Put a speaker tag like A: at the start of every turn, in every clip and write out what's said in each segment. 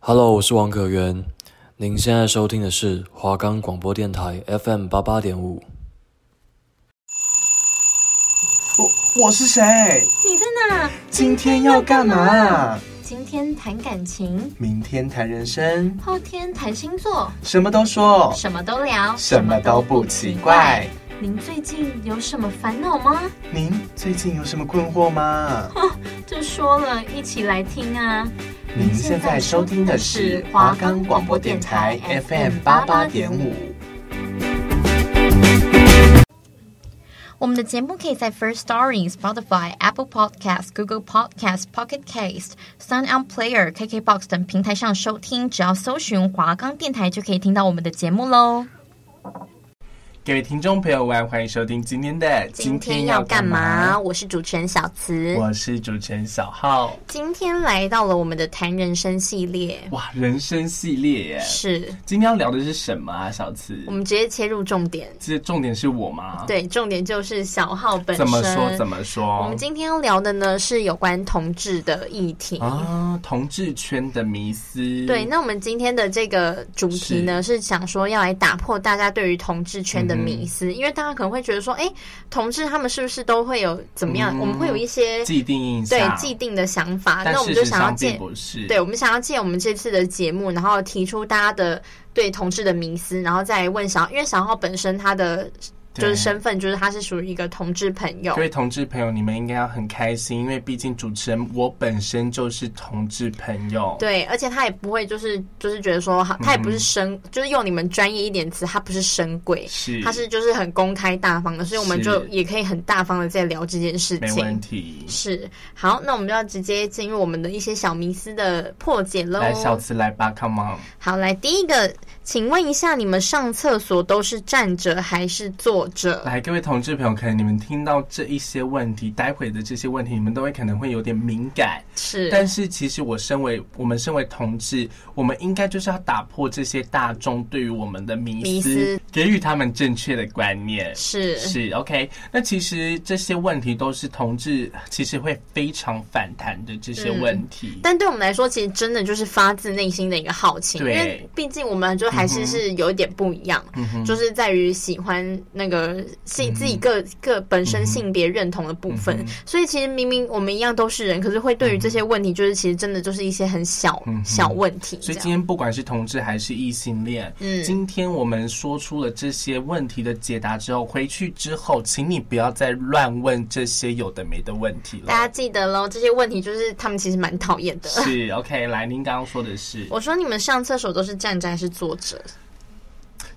A: Hello，我是王可元。您现在收听的是华冈广播电台 FM 八八点五。
B: 我我是谁？
C: 你在哪？
B: 今天要干嘛？
C: 今天谈感情，
B: 明天谈人生，
C: 后天谈星座，
B: 什么都说，
C: 什么都聊，
B: 什么都不奇怪。。
C: 您最近有什么烦恼吗？
B: 您最近有什么困惑 吗？
C: 就说了，一起来听啊！
B: 您现在收听的是华冈广播电台 FM 八八点五。
C: 我们的节目可以在 First Story、Spotify、Apple Podcast、Google Podcast、Pocket Cast、Sound On Player、KKBox 等平台上收听，只要搜寻华冈电台就可以听到我们的节目喽。
B: 各位听众朋友们，欢迎收听今天的？？
C: 我是主持人小慈
B: 我是主持人小浩。
C: 今天来到了我们的谈人生系列，
B: 哇，人生系列耶！
C: 是
B: 今天要聊的是什么啊，小慈？
C: 我们直接切入重点。
B: 这重点是我吗？，
C: 对，重点就是小号本身。
B: 怎么说？怎么说？
C: 我们今天要聊的呢是有关同志的议题。
B: 啊，同志圈的迷思。
C: 嗯对，那我们今天的这个主题呢，是想说要来打破大家对于同志圈的迷思，
B: 嗯
C: 因为大家可能会觉得说，哎、同志他们是不是都会有怎么样？
B: 嗯
C: 我们会有一些
B: 既定印象，
C: 对既定的想法，
B: 但
C: 那我
B: 事
C: 们就
B: 实
C: 想要
B: 上
C: 借
B: 并不是。
C: 对，我们想要借我们这次的节目，然后提出大家的对同志的迷思，然后再问小，因为小浩本身他的就
B: 对
C: 是身份，就是他是属于一个同志朋友
B: 各。位同志朋友，你们应该要很开心，因为毕竟主持人我本身就是同志朋友。
C: 对，而且他也不会就是就是觉得说，
B: 嗯
C: 好他也不是生，就是用你们专业一点词，他不是生贵，
B: 是
C: 他是就是很公开大方的，所以我们
B: 是
C: 就也可以很大方的在聊这件事
B: 没问
C: 情。
B: 题。
C: 是，好，那我们就要直接进入我们的一些小迷思的破解喽。
B: 来，小慈来吧，Come on！
C: 好，来第一个，请问一下，你们上厕所都是站着还是坐着？
B: 来，各位同志朋友，可能你们听到这一些问题，待会的这些问题，你们都会可能会有点敏感。
C: 是
B: 但是其实我身为我们身为同志，我们应该就是要打破这些大众对于我们的迷思，
C: 迷思
B: 给予他们正确的观念。
C: 是
B: 是 OK，那其实这些问题都是同志其实会非常反弹的这些问题。
C: 但对我们来说，其实真的就是发自内心的一个好奇，因
B: 对嗯
C: 为毕竟我们就还是是有一点不一样，就是在于喜欢那个性自己个个本
B: 嗯
C: 身性别认同的部分。所以其实明明我们一样都是人，可是会对于
B: 嗯
C: 这些问题，就是其实真的就是一些很小、小问题这
B: 所以今
C: 样。
B: 天不管是同志还是异性恋，
C: 嗯
B: 今天我们说出了这些问题的解答之后，回去之后，请你不要再乱问这些有的没的问题
C: 大家
B: 了。
C: 记得喽，这些问题就是他们其实蛮讨厌的。
B: 是 OK，来，您刚刚说的是，
C: 我说你们上厕所都是站着还是坐着？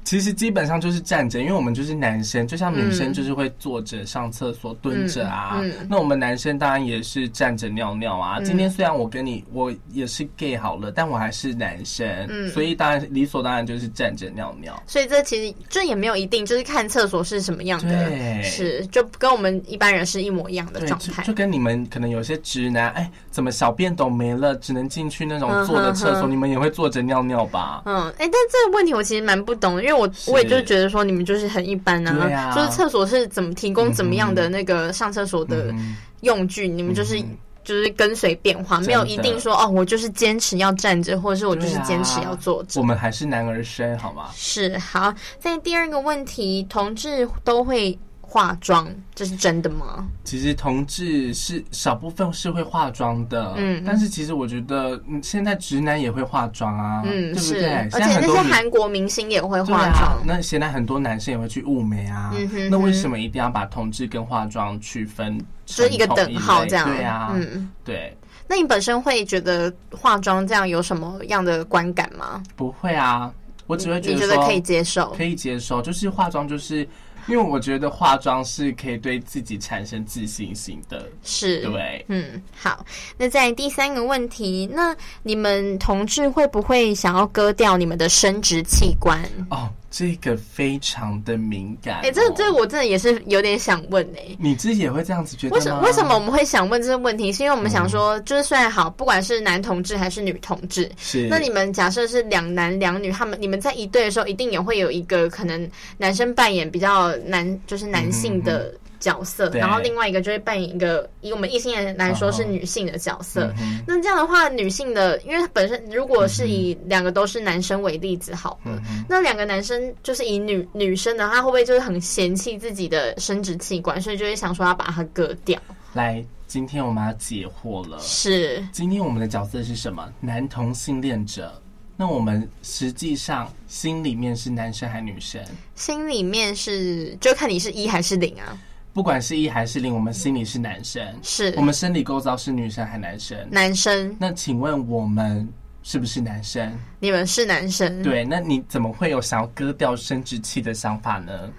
B: 其实基本上就是站着，因为我们就是男生，就像女生就是会坐着上厕所、蹲着啊、
C: 嗯
B: 那我们男生当然也是站着尿尿啊、今天虽然我跟你我也是 gay 好了，但我还是男生，
C: 嗯
B: 所以当然理所当然就是站着尿尿。
C: 所以这其实这也没有一定，就是看厕所是什么样
B: 对
C: 的，是就跟我们一般人是一模一样的
B: 对，
C: 状
B: 就
C: 态
B: 就。跟你们可能有些直男，哎，怎么小便斗没了，只能进去那种坐的厕
C: 嗯
B: 所、
C: 哼哼
B: 你们也会坐着尿尿吧？
C: 嗯，哎、但这个问题我其实蛮不懂的，因为我我也就觉得说你们就是很一般
B: 对啊
C: 就是厕所是怎么提供怎么样的那个上厕所的
B: 嗯
C: 用具，你们就是。就是跟随变化，
B: 真的
C: 没有一定说哦，我就是坚持要站着，或者是我就是
B: 对啊
C: 坚持要坐着。
B: 我们还是男儿身，好吗？
C: 是好，在第二个问题，同志都会化妆，这是真的吗？
B: 其实同志是少部分是会化妆的，
C: 嗯
B: 但是其实我觉得嗯现在直男也会化妆啊，对
C: 嗯，
B: 不
C: 是
B: 对？，
C: 而
B: 现在
C: 且
B: 很
C: 那
B: 多
C: 些
B: 女
C: 韩国明星也会
B: 对
C: 化
B: 啊
C: 妆，，
B: 那现在很多男生也会去雾眉啊，
C: 嗯哼
B: 那为什么一定要把同志跟化妆区分
C: 就
B: 成
C: 是一个
B: 同
C: 等号
B: 类
C: 这样。
B: 对啊，
C: 嗯，
B: 对，
C: 那你本身会觉得化妆这样有什么样的观感吗？
B: 不会啊，我只会
C: 你觉
B: 说
C: 得可以接受？
B: 可以接受，就是化妆就是。因为我觉得化妆是可以对自己产生自信心的，
C: 是，
B: 对，
C: 嗯，好。那在第三个问题，那你们同志会不会想要割掉你们的生殖器官？
B: 哦，这个非常的敏感、哦。
C: 哎、这这我真的也是有点想问哎、
B: 你自己也会这样子觉得吗嗯
C: 为什为什么我们会想问这个问题？是因为我们想说，就是虽然好，不管是男同志还是女同志，
B: 是？
C: 那你们假设是两男两女，他们你们在
B: 嗯
C: 一对的时候，一定也会有一个可能男生扮演比较男，就是男性的角色，
B: 对
C: 然后另外一个就会扮演一个以我们异性恋来说是女性的角色。
B: 嗯哼
C: 那这样的话，女性的，因为它本身如果是以两个都是男生为例子好了，
B: 嗯哼
C: 那两个男生就是以女女生的话，他会不会就是很嫌弃自己的生殖器官，所以就会想说要把它割掉？
B: 来，今天我们要解惑了。
C: 是，
B: 今天我们的角色是什么？男同性恋者。那我们实际上心里面是男生还是女生？
C: 心里面是就看你是一还是零啊？
B: 不管是一还是零，我们心里是男生，
C: 是
B: 我们生理构造是女生还男生？
C: 男生，
B: 那请问我们是不是男生？
C: 你们是男生，，
B: 对，那你怎么会有想要割掉生殖器的想法呢？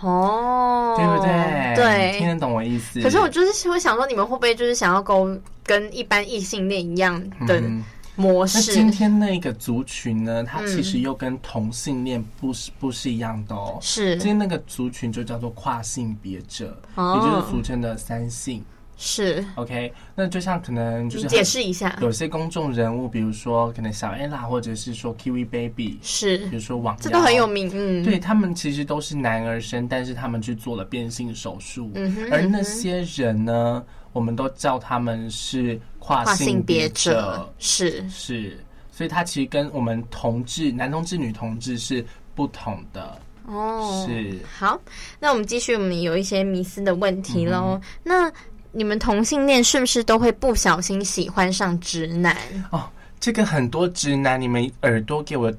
C: 哦，
B: 对不对？
C: 对，
B: 听得懂我意思？
C: 可是我就是会想说，你们会不会就是想要勾跟一般异性恋一样的
B: 嗯
C: 模
B: 那
C: 式？
B: 今天那个族群呢，它其实又跟同性恋不是不是一样的哦。
C: 嗯是
B: 今天那个族群就叫做跨性别者，
C: 哦
B: 也就是俗称的三性。
C: 是，
B: OK，那就像可能就
C: 你
B: 是
C: 解
B: 很
C: 释一下，
B: 有些公众人物，比如说可能小 ella，或者是说 Kiwi Baby，
C: 是
B: 比如说网
C: 这
B: 妖
C: 都很有名，嗯，
B: 对他们其实都是男儿身，但是他们去做了变性手术。
C: 嗯哼
B: 而那些人呢，我们都叫他们是跨
C: 跨性
B: 别
C: 别者是
B: 是，所以他其实跟我们同志、男同志、女同志是不同的。
C: 哦，
B: 是
C: 好，那我们继续，我们有一些迷思的问题
B: 嗯
C: 喽。那你们同性恋是不是都会不小心喜欢上直男？
B: 哦，这个很多直男，你们耳朵给我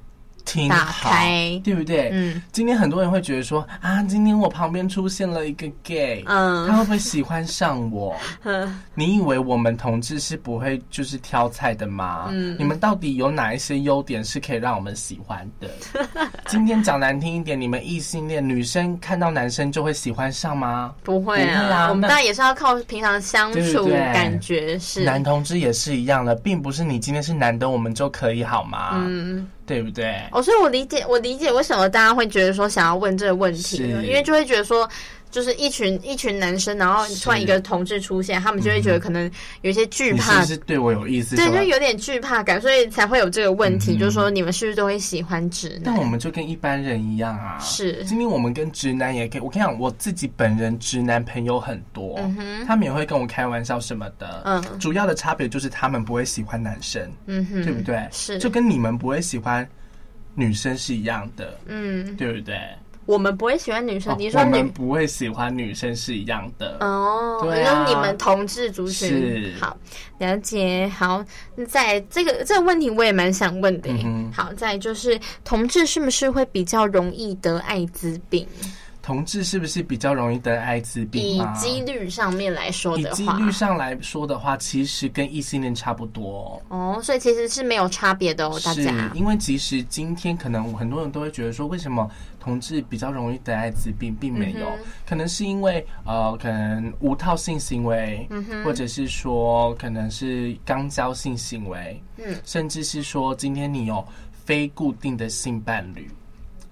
B: 听
C: 打
B: 好
C: 开
B: 对不对？
C: 嗯
B: 今天很多人会觉得说啊，今天我旁边出现了一个 gay，、他
C: 嗯
B: 会不会喜欢上我？
C: 嗯
B: 你以为我们同志是不会就是挑菜的吗？
C: 嗯
B: 你们到底有哪一些优点是可以让我们喜欢的？ 今天讲难听一点，你们异性恋女生看到男生就会喜欢上吗？
C: 不会啊，
B: 不会啊
C: 我们
B: 那
C: 当然也是要靠平常相
B: 对
C: 处
B: 对对
C: 感觉是，
B: 男同志也是一样的，并不是你今天是男的我们就可以好吗？
C: 嗯。
B: 对不对？
C: 哦，所以我理解，我理解为什么大家会觉得说想要问这个问题了，
B: 是
C: 因为就会觉得说，就是一群一群男生，然后突然一个同志出现，他们就会觉得可能有一些惧
B: 你嗯是
C: 怕，
B: 不是对我有意思？
C: 对，
B: 是吧
C: 就有点惧怕感，所以才会有这个问题，就是说你们是不是都会喜欢直
B: 但
C: 男？
B: 我们就跟一般人一样啊。
C: 是
B: 今天我们跟直男也可以。我跟你讲，我自己本人直男朋友很多，他们也会跟我开玩笑什么的。
C: 嗯
B: 主要的差别就是他们不会喜欢男生，
C: 嗯哼，
B: 对不对？
C: 是
B: 就跟你们不会喜欢女生是一样的，
C: 嗯，
B: 对不对？
C: 我们不会喜欢女生，
B: 哦
C: 你说
B: 我们
C: 女
B: 不会喜欢女生是一样的。
C: 哦，
B: 对啊
C: 就是你们同志族群
B: 是
C: 好了解。好，那在这个这个问题我也蛮想问的耶、欸
B: 嗯哼
C: 好，再就是同志是不是会比较容易得艾滋病？
B: 同志是不是比较容易得艾滋病
C: 以
B: 啊？
C: 几率上面来说
B: 以
C: 的
B: 几
C: 话，
B: 率上来说的话，其实跟异性恋差不多。
C: 哦，所以其实是没有差别的哦，大
B: 是
C: 家。
B: 因为其实今天可能很多人都会觉得说，为什么同志比较容易得艾滋病，并没有，
C: 嗯
B: 可能是因为呃，可能无套性行为，
C: 嗯
B: 或者是说可能是肛交性行为，
C: 嗯，
B: 甚至是说今天你有非固定的性伴侣，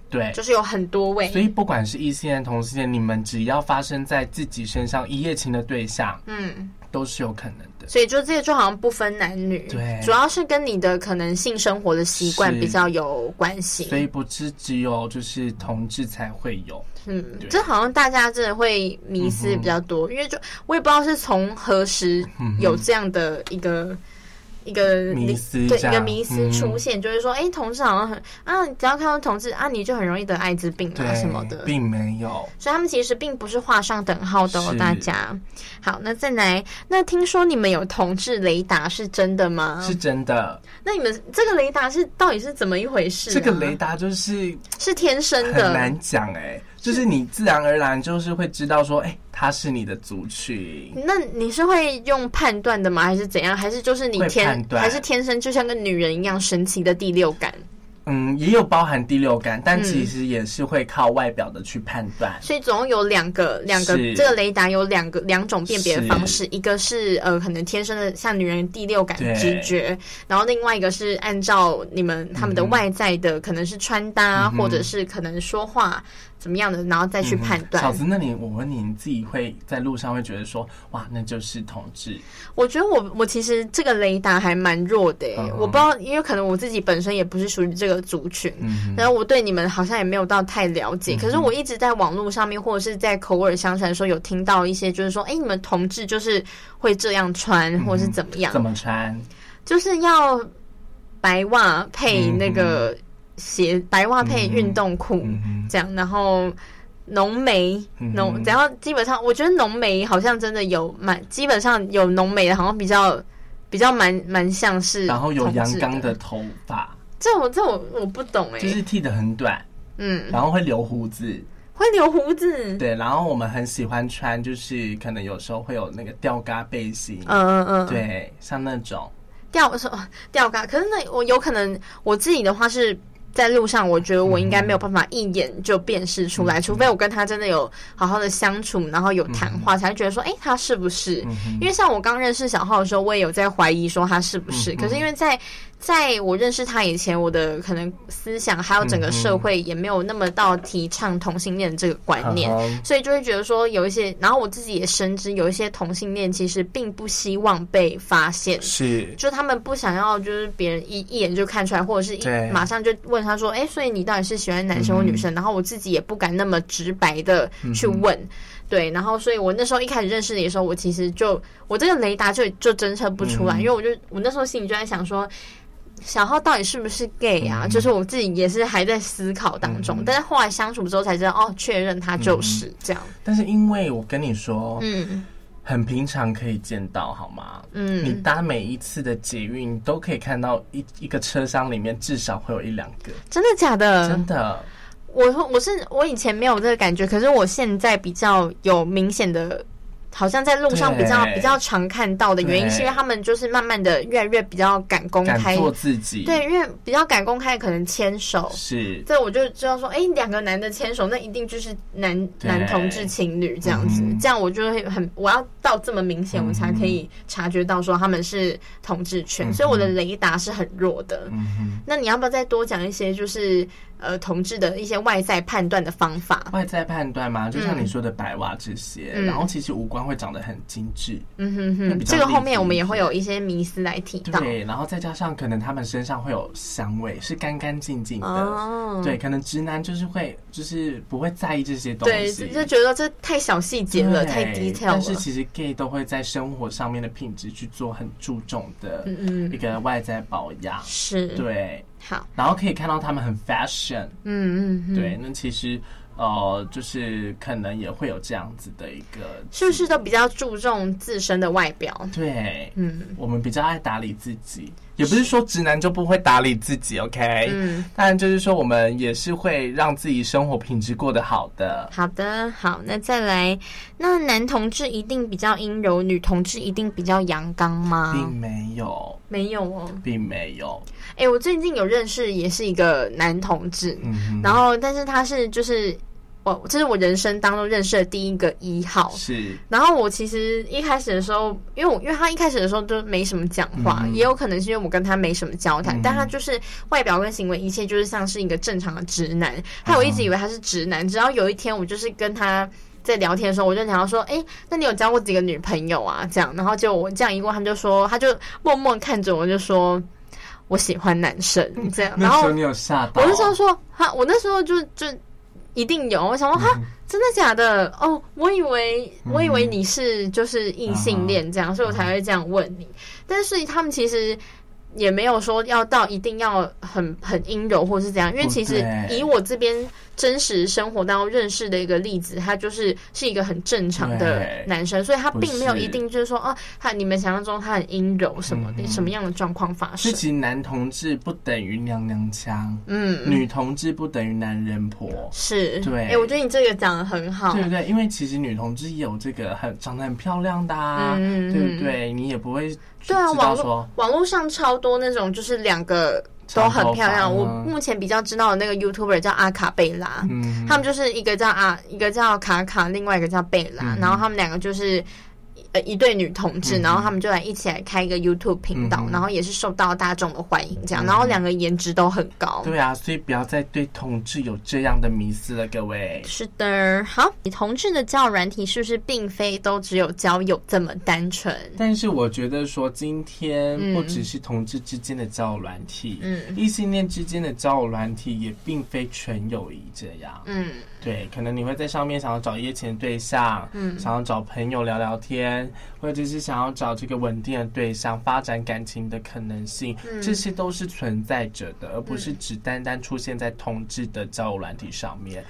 B: 对。
C: 就是有很多位，
B: 所以，不管是异性恋、同性恋，你们只要发生在自己身上一夜情的对象，
C: 嗯，
B: 都是有可能的。
C: 所以就这个就好像不分男女，
B: 对
C: 主要是跟你的可能性生活的习惯
B: 是
C: 比较有关系，
B: 所以，不是只有就是同志才会有。
C: 嗯，
B: 对嗯
C: 这好像大家真的会迷失比较多，因为就我也不知道是从何时有这样的一个、一个
B: 迷思嗯
C: 对
B: 这
C: 一
B: 样
C: 个迷思出现，就是说，哎，同志好像很啊，你只要看到同志啊，你就很容易得艾滋病啊
B: 对，
C: 什么的。
B: 并没有。
C: 所以他们其实并不是画上等号的哦，
B: 是
C: 大家。好，那再来，那听说你们有同志雷达是真的吗
B: 是？真的，
C: 那你们这个雷达是到底是怎么一回事、啊？
B: 这个雷达就是
C: 是天生
B: 很
C: 的，
B: 难讲哎、就是你自然而然就是会知道说，哎、他是你的族群，
C: 那你是会用判断的吗？还是怎样？还是就是你
B: 会
C: 天
B: 判断
C: 还是天生就像个女人一样神奇的第六感？
B: 嗯，也有包含第六感，但
C: 嗯
B: 其实也是会靠外表的去判断。
C: 所以总共有两个两个
B: 是
C: 这个雷达有两个两种辨别的
B: 是
C: 方式，一个是呃可能天生的像女人第六感
B: 对嗯
C: 直觉，然后另外一个是按照你们他们的外在的、可能是穿搭、或者是可能说话怎么样的，然后再
B: 嗯
C: 去判断。
B: 小子，那你我问你，你自己会在路上会觉得说，哇，那就是同志，
C: 我觉得我我其实这个雷达还蛮弱的、欸
B: 嗯
C: 我不知道，因为可能我自己本身也不是属于这个族群，
B: 嗯
C: 然后我对你们好像也没有到太了解，可是我一直在网络上面或者是在口耳相传说有听到一些，就是说，哎，你们同志就是会这样穿，或者是怎么样，
B: 嗯怎么穿？
C: 就是要白袜配那个鞋，白袜配运动裤、
B: 嗯
C: 这样，然后浓眉
B: 嗯
C: 浓，
B: 哼
C: 然后基本上我觉得浓眉好像真的有蛮，基本上有浓眉的，好像比较比较蛮蛮像是
B: 然后有
C: 同
B: 阳
C: 志
B: 刚的
C: 的，
B: 头发，
C: 这我这我我不懂哎、
B: 就是剃得很短，
C: 嗯，
B: 然后会留胡子。
C: 会留胡子，
B: 对，然后我们很喜欢穿，就是可能有时候会有那个吊嘎背心，
C: 嗯嗯嗯，
B: 对，像那种，
C: 吊是哦吊嘎，可是那我有可能我自己的话是在路上，我觉得我应该没
B: 嗯
C: 有办法一眼就辨识出来，除非我跟他真的有好好的相处，然后有谈
B: 嗯
C: 话，才会觉得说，哎、他是不是？因为像我刚认识小浩的时候，我也有在怀疑说他是不是，可是因为在在我认识他以前，我的可能思想还有整个社会也没有那么到提倡同性恋这个观念，
B: 嗯
C: 所以就会觉得说有一些，然后我自己也深知有一些同性恋其实并不希望被发现，
B: 是，
C: 就他们不想要，就是别人一一眼就看出来，或者是
B: 对
C: 一马上就问他说：“哎、所以你到底是喜欢男生或女生？”然后我自己也不敢那么直白的去问，对。然后，所以我那时候一开始认识你的时候，我其实就我这个雷达就就侦测不出来，因为我就我那时候心里就在想说。小浩到底是不是 gay 啊？就是我自己也是还在思考当中，但是后来相处之后才知道，哦，确认他就是、这样。
B: 但是因为我跟你说，
C: 嗯
B: 很平常可以见到，好吗？你
C: 嗯，
B: 搭每一次的捷运，你都可以看到一一个车厢里面至少会有一两个，
C: 真的假的？
B: 真的，
C: 我说我是我以前没有这个感觉，可是我现在比较有明显的，好像在路上
B: 对
C: 比较比较常看到的原因，
B: 对
C: 是因为他们就是慢慢的越来越比较敢公
B: 敢
C: 开，
B: 做自己，
C: 对，，因为比较敢公开，可能牵手。
B: 是，
C: 这我就知道说，哎，两个男的牵手，那一定就是男
B: 对
C: 男同志情侣这样子。
B: 嗯
C: 这样我就会很，我要到这么明显，我才可以察觉到说他们是同志圈，所以我的雷达是很弱的。
B: 嗯哼。
C: 那你要不要再多讲一些，就是呃，同志的一些外在判断的方法？
B: 外在判断嘛，就像你说的白袜这些，
C: 嗯
B: 然后其实五官会长得很精致，
C: 嗯哼
B: 那
C: 哼，
B: 比较
C: 这个
B: 立
C: 后
B: 体
C: 面我们
B: 一
C: 也会
B: 些
C: 有一些迷思来提到。
B: 对，然后再加上可能他们身上会有香味，是干干净净的，
C: 哦，
B: 对，可能直男就是会，就是不会在意这些东
C: 对，
B: 西，
C: 就觉得这太小细节了，
B: 对
C: 太 detail
B: 但是
C: 了。
B: 其实 gay 都会在生活上面的品质去做很注重的
C: 嗯
B: 一
C: 嗯，
B: 个外在保养，
C: 是，
B: 对，
C: 好，
B: 然后可以看到他们很 fashion，
C: 嗯嗯嗯，
B: 对，那其实呃，就是可能也会有这样子的一个，
C: 是不是都比较注重自身的外表？
B: 对，
C: 嗯
B: 我们比较爱打理自己，也不是说直男就不会打理自己，OK？
C: 嗯，
B: 当然就是说我们也是会让自己生活品质过得好的。
C: 好的，好，那再来，那男同志一定比较阴柔，女同志一定比较阳刚吗？
B: 并没有，
C: 没有哦，
B: 并没有。
C: 哎、我最近有认识，也是一个男同志，
B: 嗯哼，
C: 然后但是他是就是我，这是我人生当中认识的第一个一号。
B: 是
C: 然后我其实一开始的时候，因为我因为他一开始的时候都没什么讲话，
B: 嗯
C: 也有可能是因为我跟他没什么交谈，
B: 嗯
C: 但他就是外表跟行为一切就是像是一个正常的直男。害我一直以为他是直男，直到有一天我就是跟他。在聊天的时候，我就聊到说，哎、那你有交过几个女朋友啊？这样，然后就我这样一问，他就说，他就默默看着我，就说，我喜欢男生这样。
B: 那
C: 然
B: 时
C: 后
B: 候你有吓到？
C: 我那时候说哈，我那时候就就一定有，我想说
B: 嗯
C: 哈，真的假的？哦，我以为我以为你是就是异性
B: 啊
C: 恋这样，所以我才会这样问你。但是他们其实。也没有说要到一定要很很阴柔或是怎样，因为
B: 不
C: 其实
B: 哦对
C: 以我这边真实生活当中认识的一个例子，他就是是一个很正常的
B: 对
C: 男生，所以他
B: 不
C: 并没有
B: 是
C: 一定就是说哦，他你们想象中他很阴柔什么的、
B: 嗯
C: 什么样的状况发
B: 所
C: 生
B: 以，其实男同志不等于娘娘腔，
C: 嗯，
B: 女同志不等于男人婆，
C: 是，
B: 对
C: 哎、我觉得你这个讲的很好
B: 对，不对？因为其实女同志也有这个很长得很漂亮的啊，
C: 嗯嗯
B: 对不对？你也不会知
C: 对啊，网
B: 道
C: 络
B: 说
C: 网络上超多那种，就是两个都很
B: 长头
C: 漂
B: 发啊
C: 亮。我目前比较知道的那个 YouTuber 叫阿卡贝拉，
B: 嗯嗯
C: 他们就是一个叫阿，一个叫卡卡，另外一个叫贝拉，然后他们两个就是。呃一对女同志，然后他们就来一起来开一个 YouTube 频道，
B: 嗯
C: 然后也是受到大众的欢迎，这样，然后两个颜值都很高。
B: 对啊，所以不要再对同志有这样的迷思了，各位。
C: 是的，好，你同志的交友软体是不是并非都只有交友这么单纯？
B: 但是我觉得说，今天不
C: 嗯
B: 只是同志之间的交友软体，嗯，异性恋之间的交友软体也并非纯友谊这样，
C: 嗯，
B: 对，可能你会在上面想要找一夜情的对象，嗯，想要找朋友聊聊天，或者是想要找这个稳定的对象，发展感情的可能性，
C: 嗯
B: 这些都是存在着的，而不是只单单出现在同志的交友软体上面。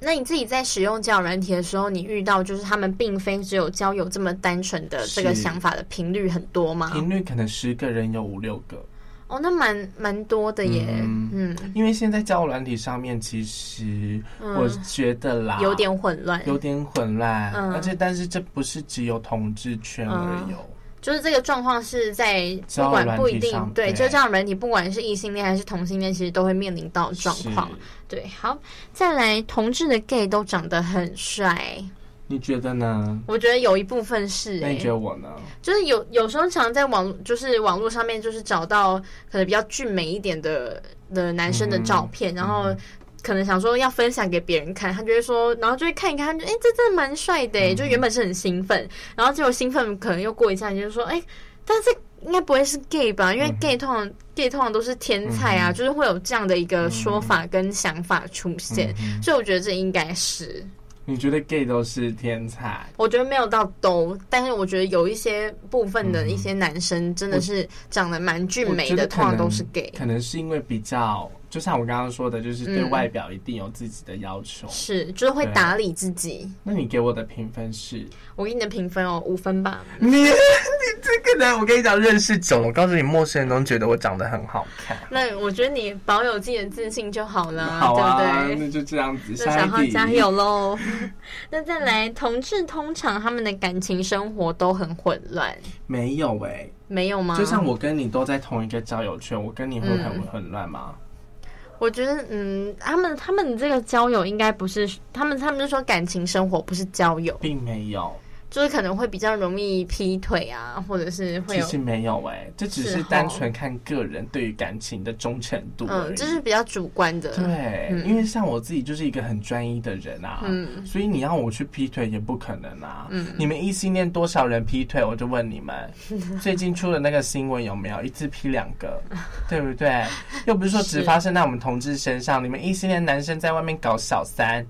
C: 那你自己在使用交友软体的时候，你遇到就是他们并非只有交友这么单纯的这个
B: 是
C: 想法的频率很多吗？
B: 频率可能十个人有五六个，
C: 哦，那蛮蛮多的耶，嗯，
B: 因为现在交友软体上面，其实我觉得啦，
C: 有点混乱，
B: 有点混乱，
C: 嗯
B: 而且但是这不是只有同志圈而哦有，
C: 就是这个状况是在不
B: 交友
C: 管
B: 软
C: 不
B: 体
C: 一定
B: 上
C: 对，
B: 对
C: 就这样软体，不管是异性恋还是同性恋，其实都会面临到嗯状况。对，好，再来，同志的 gay 都长得很帅，
B: 你觉得呢？
C: 我觉得有一部分是、
B: 那你觉
C: 欸，
B: 得我呢？
C: 就是有有时候常在网就是网络上面就是找到可能比较俊美一点的的男生的照片，然后。可能想说要分享给别人看，他就会说，然后就会看一看，他就哎、这真的蛮帅的、欸，就原本是很兴奋，然后结果兴奋可能又过一下，你就说，哎、但是应该不会是 gay 吧？因为 gay 通常、gay 通常都是天才啊，就是会有这样的一个说法跟想法出现，
B: 嗯
C: 所以我觉得这应该是。
B: 你觉得 gay 都是天才？
C: 我觉得没有到都，但是我觉得有一些部分的一些男生真的是长得蛮俊
B: 嗯我
C: 美
B: 觉得
C: 的，通
B: 可
C: 常
B: 能
C: 都是 gay。
B: 可能是因为比较，就像我刚刚说的，就是对
C: 嗯
B: 外表一定有自己的要求。
C: 是，就是会
B: 对啊
C: 打理自己。
B: 那你给我的评分 是？
C: 我给你的评分哦，五分吧。
B: 你 你这个人，我跟你讲，认识久了，我告诉你，陌生人都觉得我长得很好看。
C: 那我觉得你保有自己的自信就好了，
B: 好啊，
C: 对不对？
B: 那就这样子，
C: 那
B: 下
C: 小
B: 一
C: 浩
B: 题
C: 加油喽！ 那再来，同志通常他们的感情生活都很混乱，
B: 没有哎、
C: 没有吗？
B: 就像我跟你都在同一个交友圈，我跟你会很混乱吗？
C: 嗯我觉得，嗯，他们他们这个交友应该不是他们，他们就说感情生活不是交友，
B: 并没有，
C: 就是可能会比较容易劈腿啊，或者是会
B: 其
C: 有
B: 实没有哎、这只
C: 是
B: 是
C: 哦
B: 单纯看个人对于感情的忠诚度而已。
C: 嗯，这是比较主观的，
B: 对，
C: 嗯
B: 因为像我自己就是一个很专一的人啊，
C: 嗯
B: 所以你要我去劈腿也不可能啊。
C: 嗯
B: 你们异性恋多少人劈腿？我就问你 们，最近出了那个新闻有没有一次劈两 个，对不对？又不是说只
C: 是
B: 发生在我们同志身上，你们异性恋男生在外面搞小三，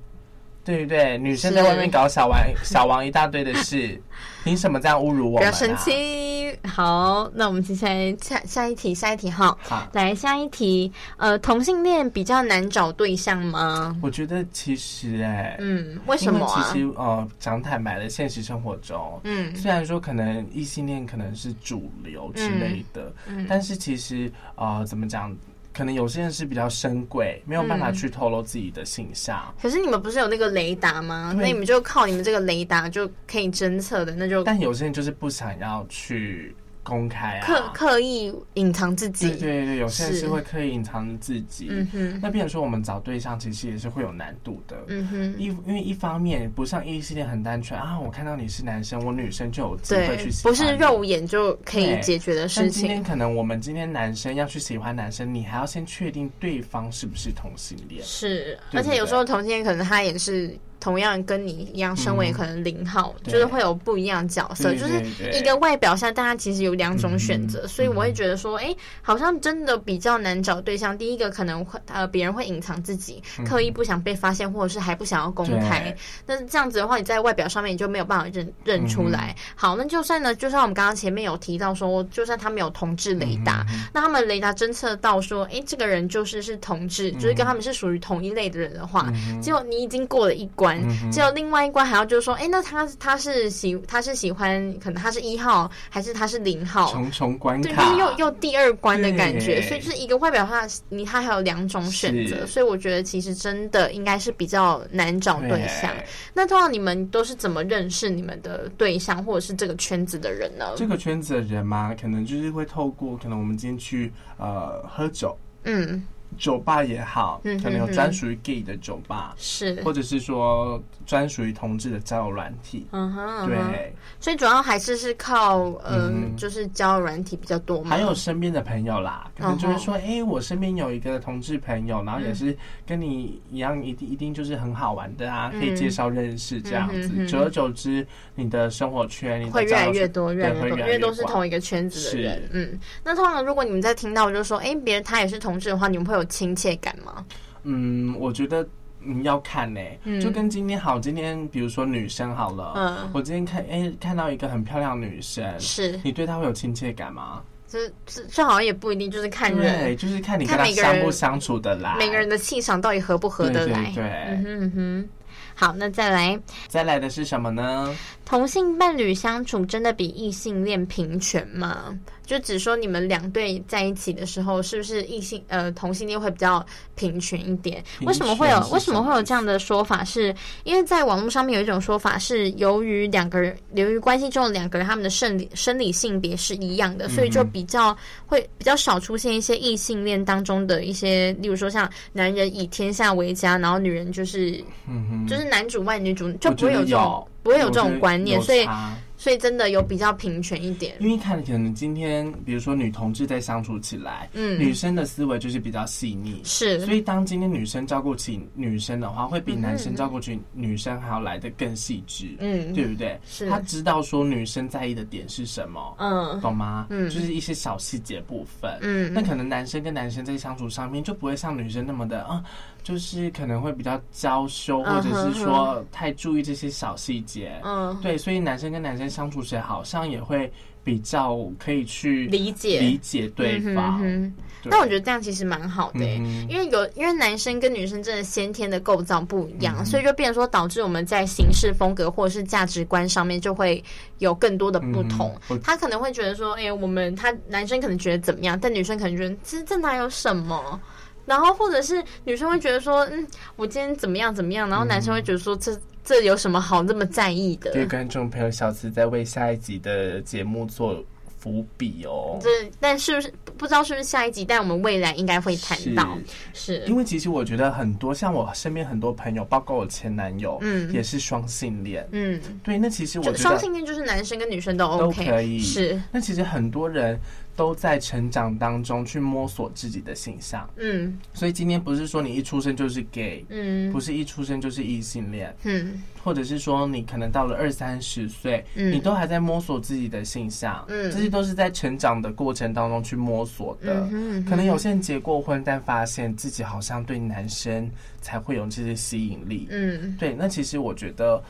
B: 对不对？女生在
C: 是
B: 外面搞小王小王一大堆的 事，凭什么这样侮辱我
C: 不
B: 们、啊？
C: 要生气。好，那我们接下来下下一题，下一题哈。
B: 好
C: 来下一题，呃，同性恋比较难找对象吗？
B: 我觉得其实哎、
C: 嗯，为
B: 因
C: 什
B: 为
C: 么
B: 其
C: 啊？
B: 实呃，讲坦白的，现实生活中，
C: 嗯
B: 虽然说可能异性恋可能是主流之类的，
C: 嗯
B: 但是其实呃，怎么讲？可能有些人是比较深贵，没有办
C: 嗯
B: 法去透露自己的形象。
C: 可是你们不是有那个雷达吗？
B: 对
C: 那你们就靠你们这个雷达就可以侦测的，那就
B: 但有些人就是不想要去公开
C: 刻
B: 啊。
C: 刻意隐藏自己。
B: 对对对，有些人
C: 是
B: 是会刻意隐藏自己。
C: 嗯哼，
B: 那变成说我们找对象其实也是会有难度的。
C: 嗯哼，
B: 一因为一方面不像异性恋很单纯啊，我看到你是男生，我女生就有机会
C: 对
B: 去，喜欢
C: 不是
B: 你
C: 肉眼就可以
B: 对
C: 解决的
B: 但
C: 事
B: 今天
C: 情。
B: 可能我们今天男生要去喜欢男生，你还要先确定对方是不是同性恋。
C: 是，
B: 对
C: 而且
B: 对
C: 有时候同性恋可能他也是同样跟你一样，身为
B: 嗯
C: 可能零号，
B: 对
C: 就是会有不一样的角色，
B: 对
C: 就
B: 对
C: 是
B: 对嗯
C: 一个外表下，大家其实有两种选择，所以我会觉得说，哎、好像真的比较难找对象。第一个可能会呃，别人会隐藏自己，刻意不想被发现，或者是还不想要公开
B: 嗯对。
C: 但是这样子的话，你在外表上面你就没有办法认认出
B: 嗯
C: 来。好，那就算呢，就像我们刚刚前面有提到说，就算他们有同志雷
B: 嗯
C: 达，那他们雷达侦测到说，哎、这个人就是是同志，就是
B: 嗯
C: 跟他们是属于同一类的人的话，结果你已经过了一关，
B: 嗯
C: 结果另外一关还要就是说，哎、那他他是喜他是喜欢，可能他是一号还是他是零号？
B: 重重关
C: 对，就
B: 卡，
C: 是又又第二关的感觉，
B: 对
C: 所以就是一个外表上你他还有两种选择，
B: 是
C: 所以我觉得其实真的应该是比较难找对象。那通常你们都是怎么认识你们的对象或者是这个圈子的人呢？
B: 这个圈子的人嘛，可能就是会透过可能我们今天去呃喝酒，
C: 嗯
B: 酒吧也好，
C: 嗯
B: 可能有
C: 嗯嗯
B: 专属于 gay 的酒吧，
C: 是，
B: 或者是说专属于同志的交友软体。
C: 嗯哼，嗯哼，
B: 对，
C: 所以主要还是是靠呃，
B: 嗯哼
C: 就是交友软体比较多嘛。
B: 还有身边的朋友啦，可能就是
C: 嗯哼嗯
B: 说，哎、我身边有一个同志朋友，然后也是跟你一样，一定一定就是很好玩的啊，
C: 嗯
B: 可以介绍认识这样
C: 嗯哼嗯
B: 子。
C: 哼
B: 久而久之，你的生活圈，你的
C: 会越来
B: 交友
C: 越
B: 圈
C: 多，
B: 对
C: 越来
B: 会
C: 越多，因
B: 越
C: 为都
B: 越
C: 是
B: 广
C: 同一个圈子的
B: 是
C: 人。嗯，那通常如果你们在听到就是说，哎、别人他也是同志的话，你们会有亲切感吗？
B: 嗯，我觉得嗯要看呢、
C: 嗯
B: 就跟今天好，今天比如说女生好了，
C: 嗯
B: 我今天看哎、看到一个很漂亮的女生，
C: 是，
B: 你对她会有亲切感吗？
C: 这这这好像也不一定，就是看人
B: 对，，就是看你
C: 看
B: 跟她
C: 每个
B: 相
C: 人
B: 不相处的啦，
C: 每个人的气场到底合不合得来。
B: 对对对
C: 嗯哼嗯哼。好，那再来，
B: 再来的是什么呢？
C: 同性伴侣相处真的比异性恋平权吗？就只说你们两对在一起的时候，是不是异性呃同性恋会比较平权一点？
B: 平
C: 为什么会有
B: 权是
C: 为什么
B: 什么
C: 会有
B: 意思
C: 这样的说法是？因为在网络上面有一种说法是，由于两个人由于关系中的两个人他们的生理生理性别是一样
B: 嗯
C: 的，所以就比较会比较少出现一些异性恋当中的一些，例如说像男人以天下为家，然后女人就是
B: 嗯哼，
C: 就是男主外女主，
B: 我
C: 就不
B: 觉
C: 会
B: 得
C: 有这种不会有这
B: 我觉
C: 种
B: 得
C: 观念，
B: 有
C: 所以
B: 差
C: 所以真的有比较平权一点。
B: 因为看可能今天比如说女同志在相处起来，女
C: 嗯，
B: 生的思维就是比较细腻，
C: 是
B: 所以当今天女生照顾起女生的话，会比男生照顾起女生还要来的更细致，
C: 嗯
B: 对不对？
C: 是
B: 他知道说女生在意的点是什么，
C: 嗯
B: 懂吗？
C: 嗯
B: 就是一些小细节部分。那
C: 嗯
B: 可能男生跟男生在相处上面就不会像女生那么的啊、就是可能会比较娇羞，
C: 嗯
B: 或者是
C: 哼
B: 说太注意这些小细节。
C: 嗯，
B: 对，所以男生跟男生相处起来，好像也会比较可以去
C: 理解
B: 理解对方。
C: 嗯哼
B: 对
C: 但我觉得这样其实蛮好的欸、
B: 嗯哼
C: 因为有因为男生跟女生真的先天的构造不一
B: 嗯
C: 样，所以就变成说导致我们在行事风格或者是价值观上面就会有更多的不同
B: 嗯。 我
C: 他可能会觉得说，哎、我们他男生可能觉得怎么样，但女生可能觉得这这哪有什么。然后，或者是女生会觉得说，嗯，我今天怎么样怎么样，然后男生会觉得说，这这有什么好那么在意的？
B: 各位观众朋友，小慈在为下一集的节目做伏笔哦。
C: 这但是不是不知道是不是下一集，但我们未来应该会谈
B: 是
C: 到，是
B: 因为其实我觉得很多像我身边很多朋友，包括我前男友，
C: 嗯
B: 也是双性恋。
C: 嗯，
B: 对，那其实我
C: 就
B: 觉
C: 双
B: 得
C: 性恋就是男生跟女生都
B: 都
C: OK，
B: 可以。
C: 是，
B: 那其实很多人都在成长当中去摸索自己的形象，
C: 嗯
B: 所以今天不是说你一出生就是 gay，
C: 嗯
B: 不是一出生就是异性恋，
C: 嗯
B: 或者是说你可能到了二三十岁，
C: 嗯
B: 你都还在摸索自己的性向，
C: 嗯
B: 这些都是在成长的过程当中去摸索的。
C: 嗯哼嗯哼
B: 可能有些人结过婚，但发现自己好像对男生才会有这些吸引力。
C: 嗯
B: 对，那其实我觉得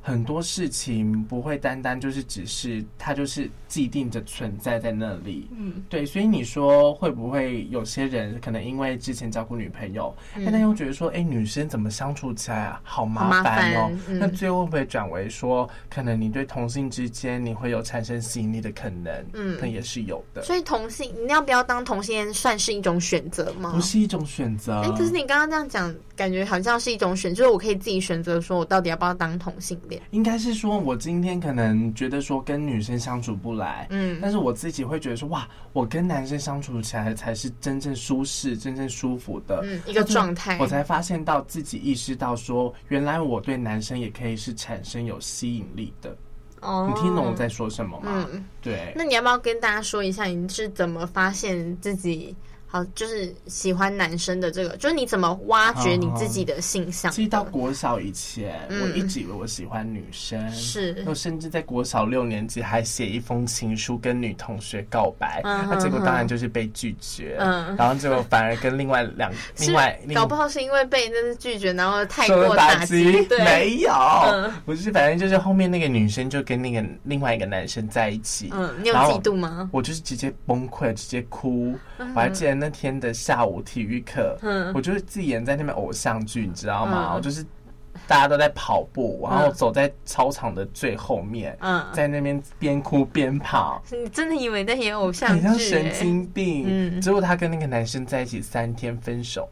B: 很多事情不会单单就是只是它就是既定的存在在那里。
C: 嗯，
B: 对，所以你说会不会有些人可能因为之前交过女朋友，
C: 嗯
B: 但又觉得说，哎、女生怎么相处起来啊好
C: 好麻
B: 麻烦哦、
C: 烦嗯
B: 那最后会不会转为说，可能你对同性之间你会有产生吸引力的可能？
C: 嗯
B: 那也是有的，
C: 所以同性你要不要当同性恋算是一种选择吗？
B: 不是一种选择。
C: 哦哎、可是你刚刚这样讲，感觉好像是一种选，就是我可以自己选择，说我到底要不要当同性恋。
B: 应该是说，我今天可能觉得说跟女生相处不来，
C: 嗯
B: 但是我自己会觉得说，哇，我跟男生相处起来才是真正舒适、真正舒服的。
C: 嗯，一个状态
B: 我。才发现到自己意识到说，原来我对男生也可以是产生有吸引力的。
C: 哦
B: 你听懂我在说什么吗？
C: 嗯，
B: 对，
C: 那你要不要跟大家说一下，你是怎么发现自己好，就是喜欢男生的这个，就是你怎么挖掘你自己的性向的？
B: 其实到国小以前，
C: 嗯
B: 我一直以为我喜欢女生，
C: 是
B: 然后甚至在国小六年级还写一封情书跟女同学告白，那、
C: 嗯哼
B: 结果当然就是被拒绝，
C: 嗯
B: 然后结果反而跟另外两
C: 是
B: 另外另
C: 搞不好是因为被那是拒绝，然后太
B: 受
C: 过
B: 了打
C: 击，对，
B: 没有，
C: 嗯
B: 不是，反正就是后面那个女生就跟那个另外一个男生在一起，
C: 嗯，你有
B: 然后
C: 嫉妒吗？
B: 我就是直接崩溃，直接哭。我还记得那天的下午体育课，
C: 嗯
B: 我就是自己演在那边偶像剧，你知道吗？
C: 嗯
B: 我就是大家都在跑步，然后走在操场的最后面，
C: 嗯，
B: 在那边边哭边跑，
C: 你真的以为那演偶像
B: 很
C: 剧、
B: 像神
C: 欸
B: 经病。
C: 嗯
B: 结果她跟那个男生在一起三天分手。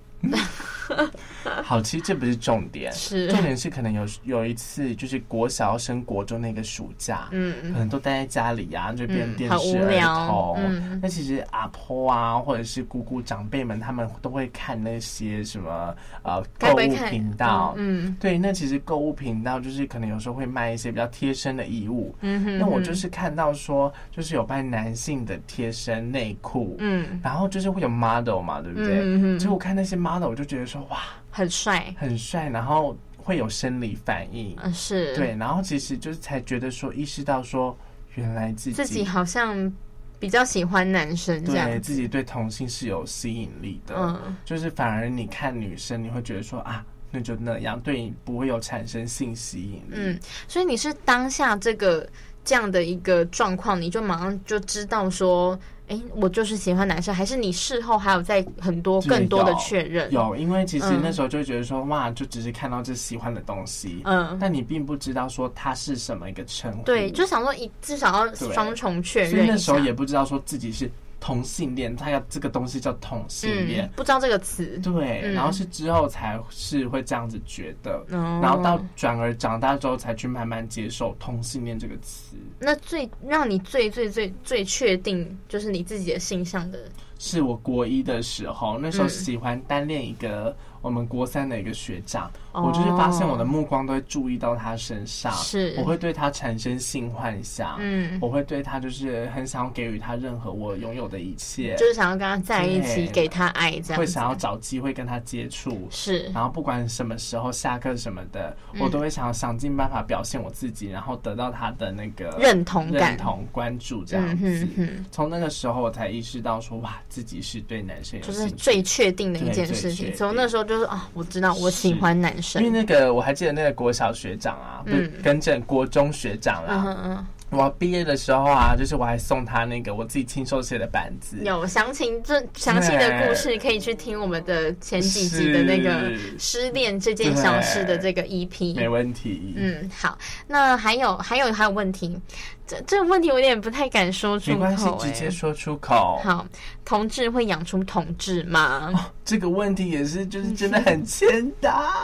B: 好，其实这不是重点，
C: 欸是
B: 重点是可能有有一次就是国小升国中那个暑假，
C: 嗯，
B: 可能都待在家里呀、就变
C: 嗯
B: 电
C: 很
B: 视
C: 无
B: 儿
C: 聊
B: 童。
C: 嗯
B: 那其实阿婆啊，或者是姑姑长辈们，他们都会看那些什么呃
C: 该
B: 购
C: 不会
B: 物
C: 看
B: 频道，
C: 嗯
B: 对，那其实购物频道就是可能有时候会卖一些比较贴身的衣物。
C: 嗯哼，
B: 那我就是看到说，就是有卖男性的贴身内裤，
C: 嗯
B: 然后就是会有 model 嘛，对不对？
C: 嗯嗯嗯
B: 所以我看那些 model，我就觉得说哇，
C: 很帅，
B: 很帅，然后会有生理反应，
C: 嗯是，，
B: 对，然后其实就是才觉得说意识到说，原来自己
C: 自己好像比较喜欢男生这
B: 对
C: 样，
B: 自己对同性是有吸引力的，
C: 嗯
B: 就是反而你看女生，你会觉得说啊，那就那样，对你不会有产生性吸引力。
C: 嗯，所以你是当下这个这样的一个状况，你就马上就知道说，哎，我就是喜欢男生，还是你事后还有在很多
B: 就是
C: 更多的
B: 有
C: 确认？
B: 有，因为其实
C: 嗯
B: 那时候就会觉得说，哇，就只是看到这喜欢的东西，
C: 嗯，
B: 但你并不知道说它是什么一个称呼。
C: 对，就想说一至少要
B: 对
C: 双重确
B: 所以
C: 认
B: 那
C: 一
B: 时
C: 下
B: 候，也不知道说自己是同性恋，它要这个东西叫同性恋
C: 嗯。，不知道这个词，
B: 对，
C: 嗯
B: 然后是之后才是会这样子觉得，
C: 哦
B: 然后到转而长大之后才去慢慢接受同性恋这个词。
C: 那最让你最最最最确定就是你自己的性向的，
B: 是我国一的时候，那时候
C: 嗯
B: 喜欢单恋一个我们国三的一个学长，
C: 哦
B: 我就是发现我的目光都会注意到他身上，
C: 是
B: 我会对他产生性幻想，
C: 嗯，
B: 我会对他就是很想要给予他任何我拥有的一切，
C: 就是想要跟他在一
B: 对
C: 起，给他爱这样
B: 会
C: 子啊
B: 想要找机会跟他接触。
C: 是
B: 然后不管什么时候下课什么的，我
C: 嗯
B: 都会想要想尽办法表现我自己，然后得到他的那个
C: 认同感
B: 认同、关注这样
C: 嗯
B: 子。
C: 哼哼，
B: 从那个时候，我才意识到说，哇，自己是对男生有
C: 就是
B: 兴趣
C: 最确定的一
B: 对
C: 件
B: 最
C: 事
B: 确
C: 情。
B: 定
C: 从那时候就是啊、我知道我喜欢男
B: 因为
C: 生，
B: 那个我还记得那个国小学长啊，不是
C: 嗯
B: 跟着国中学长
C: 嗯
B: 啦、
C: 哼嗯
B: 我毕业的时候啊，就是我还送他那个我自己亲手写的板子
C: 嗯，，有详情这详细的故事可以去听我们的前几集的那个
B: 是
C: 失恋这件小事的这个 EP。
B: 没问题。
C: 嗯，好，那还有还有还有问题，这这个问题我有点不太敢说
B: 没
C: 出
B: 关系
C: 口、，
B: 直接
C: 哎，
B: 说出口。
C: 好，同志会养出同志吗？
B: 这个问题也是，就是真的很欠打。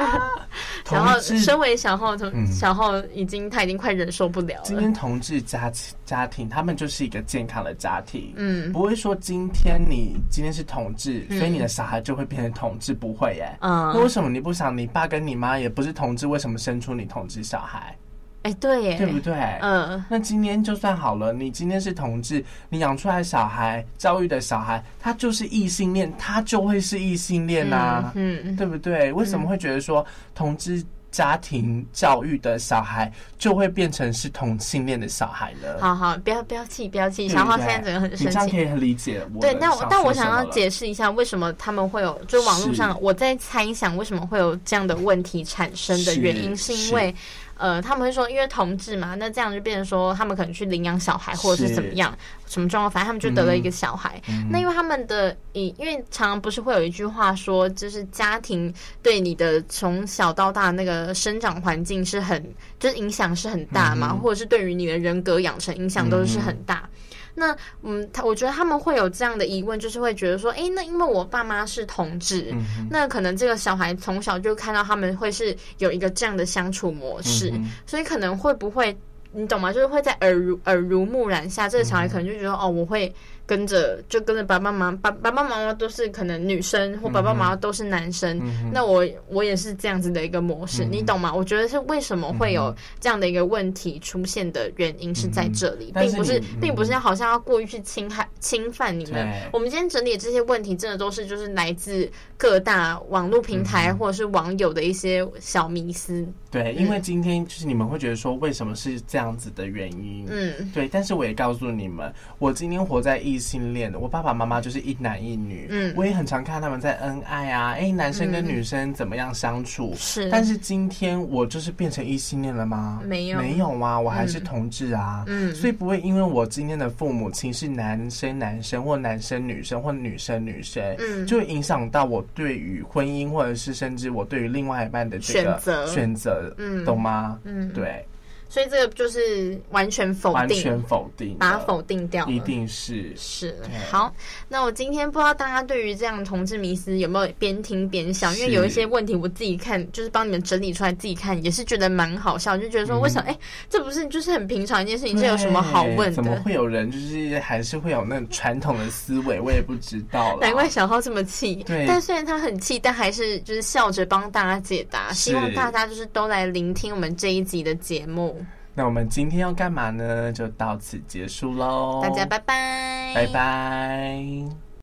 B: 同
C: 嗯 然后，
B: 志，
C: 身为小后，从、
B: 嗯
C: 小后已经他已经快忍受不了
B: 今
C: 了。
B: 天同志家家庭，他们就是一个健康的家庭，
C: 嗯
B: 不会说今天你今天是同志，
C: 嗯
B: 所以你的小孩就会变成同志，不会耶、那为
C: 嗯，
B: 什么你不想你爸跟你妈也不是同志，为什么生出你同志小孩，
C: 哎，对耶，
B: 对不对？
C: 嗯，
B: 那今天就算好了，你今天是同志，你养出来小孩、教育的小孩，他就是异性恋，他就会是异性恋啊呐、
C: 嗯，
B: 对不对？为什么会觉得说同志家庭教育的小孩就会变成是同性恋的小孩呢？
C: 好好，不要不要气，不要气。
B: 对不对，
C: 小浩现在整个很
B: 你这样
C: 生
B: 可
C: 气。
B: 以很理解我的
C: 对，但我
B: 说
C: 但我
B: 什么
C: 想要
B: 了
C: 解释一下，为什么他们会有，就网络
B: 是
C: 上我在猜想为什么会有这样的问题产生的
B: 是
C: 原因，是因
B: 是
C: 为，呃，他们会说，因为同志嘛，那这样就变成说他们可能去领养小孩或者
B: 是
C: 是
B: 嗯
C: 怎么样，什么状况，反正他们就得了一个小孩。那因为他们的，以因为常常不是会有一句话说，就是家庭对你的从小到大那个生长环境是很，就是影响是很大
B: 嗯
C: 嘛，或者是对于你的人格养成影响都是很大。那嗯，他我觉得他们会有这样的疑问，就是会觉得说，诶，那因为我爸妈是同志，
B: 嗯
C: 那可能这个小孩从小就看到他们会是有一个这样的相处模式，
B: 嗯哼
C: 所以可能会不会，你懂吗？就是会在耳濡耳濡目染下，这个小孩可能就觉得、哦，我会跟着就跟着爸爸妈妈，爸爸爸妈妈都是可能女生
B: 嗯
C: 或爸爸妈妈都是男生，那我我也是这样子的一个模
B: 嗯
C: 式，你懂吗？我觉得是为什么会有这样的一个问题出现的原因是在这里，
B: 嗯但
C: 并
B: 是
C: 不是
B: 你
C: 并不是好像要过于去侵害侵犯你们
B: 对。
C: 我们今天整理的这些问题，真的都是就是来自各大网络平
B: 嗯
C: 台或者是网友的一些小迷思。
B: 对，因为今天就是你们会觉得说为什么是这样子的原因，
C: 嗯，
B: 对，但是我也告诉你们，我今天活在异性恋的，我爸爸妈妈就是一男一女，
C: 嗯
B: 我也很常看他们在恩爱啊，哎、男生跟女生怎么样相处，
C: 是，
B: 但是今天我就是变成异性恋了吗？
C: 没有
B: 没有啊，我还是同志啊。
C: 嗯
B: 所以不会因为我今天的父母亲是男生男生或男生女生或女生女生，
C: 嗯
B: 就会影响到我对于婚姻或者是甚至我对于另外一半的这个
C: 选择
B: 选择，
C: 嗯
B: 懂吗？
C: 嗯
B: 对，
C: 所以这个就是完全否
B: 完
C: 定，
B: 全否定，
C: 把它否定掉了
B: 一定是
C: 是
B: 对
C: 好，那我今天不知道大家对于这样同志迷思有没有边听边想，因为有一些
B: 是
C: 问题我自己看，就是帮你们整理出来自己看，也是觉得蛮好笑，就觉得说
B: 嗯
C: 为什么哎、这不是就是很平常一件事情，这有什么好问
B: 对哎怎么
C: 的？
B: 会有人就是还是会有那种传统的思维？我也不知道啦。
C: 难怪小浩这么气，
B: 对
C: 但虽然他很气，但还是就是笑着帮大家解答。希望
B: 是
C: 大家就是都来聆听我们这一集的节目，
B: 那我们今天要干嘛呢？就到此结束喽，
C: 大家拜拜，
B: 拜拜。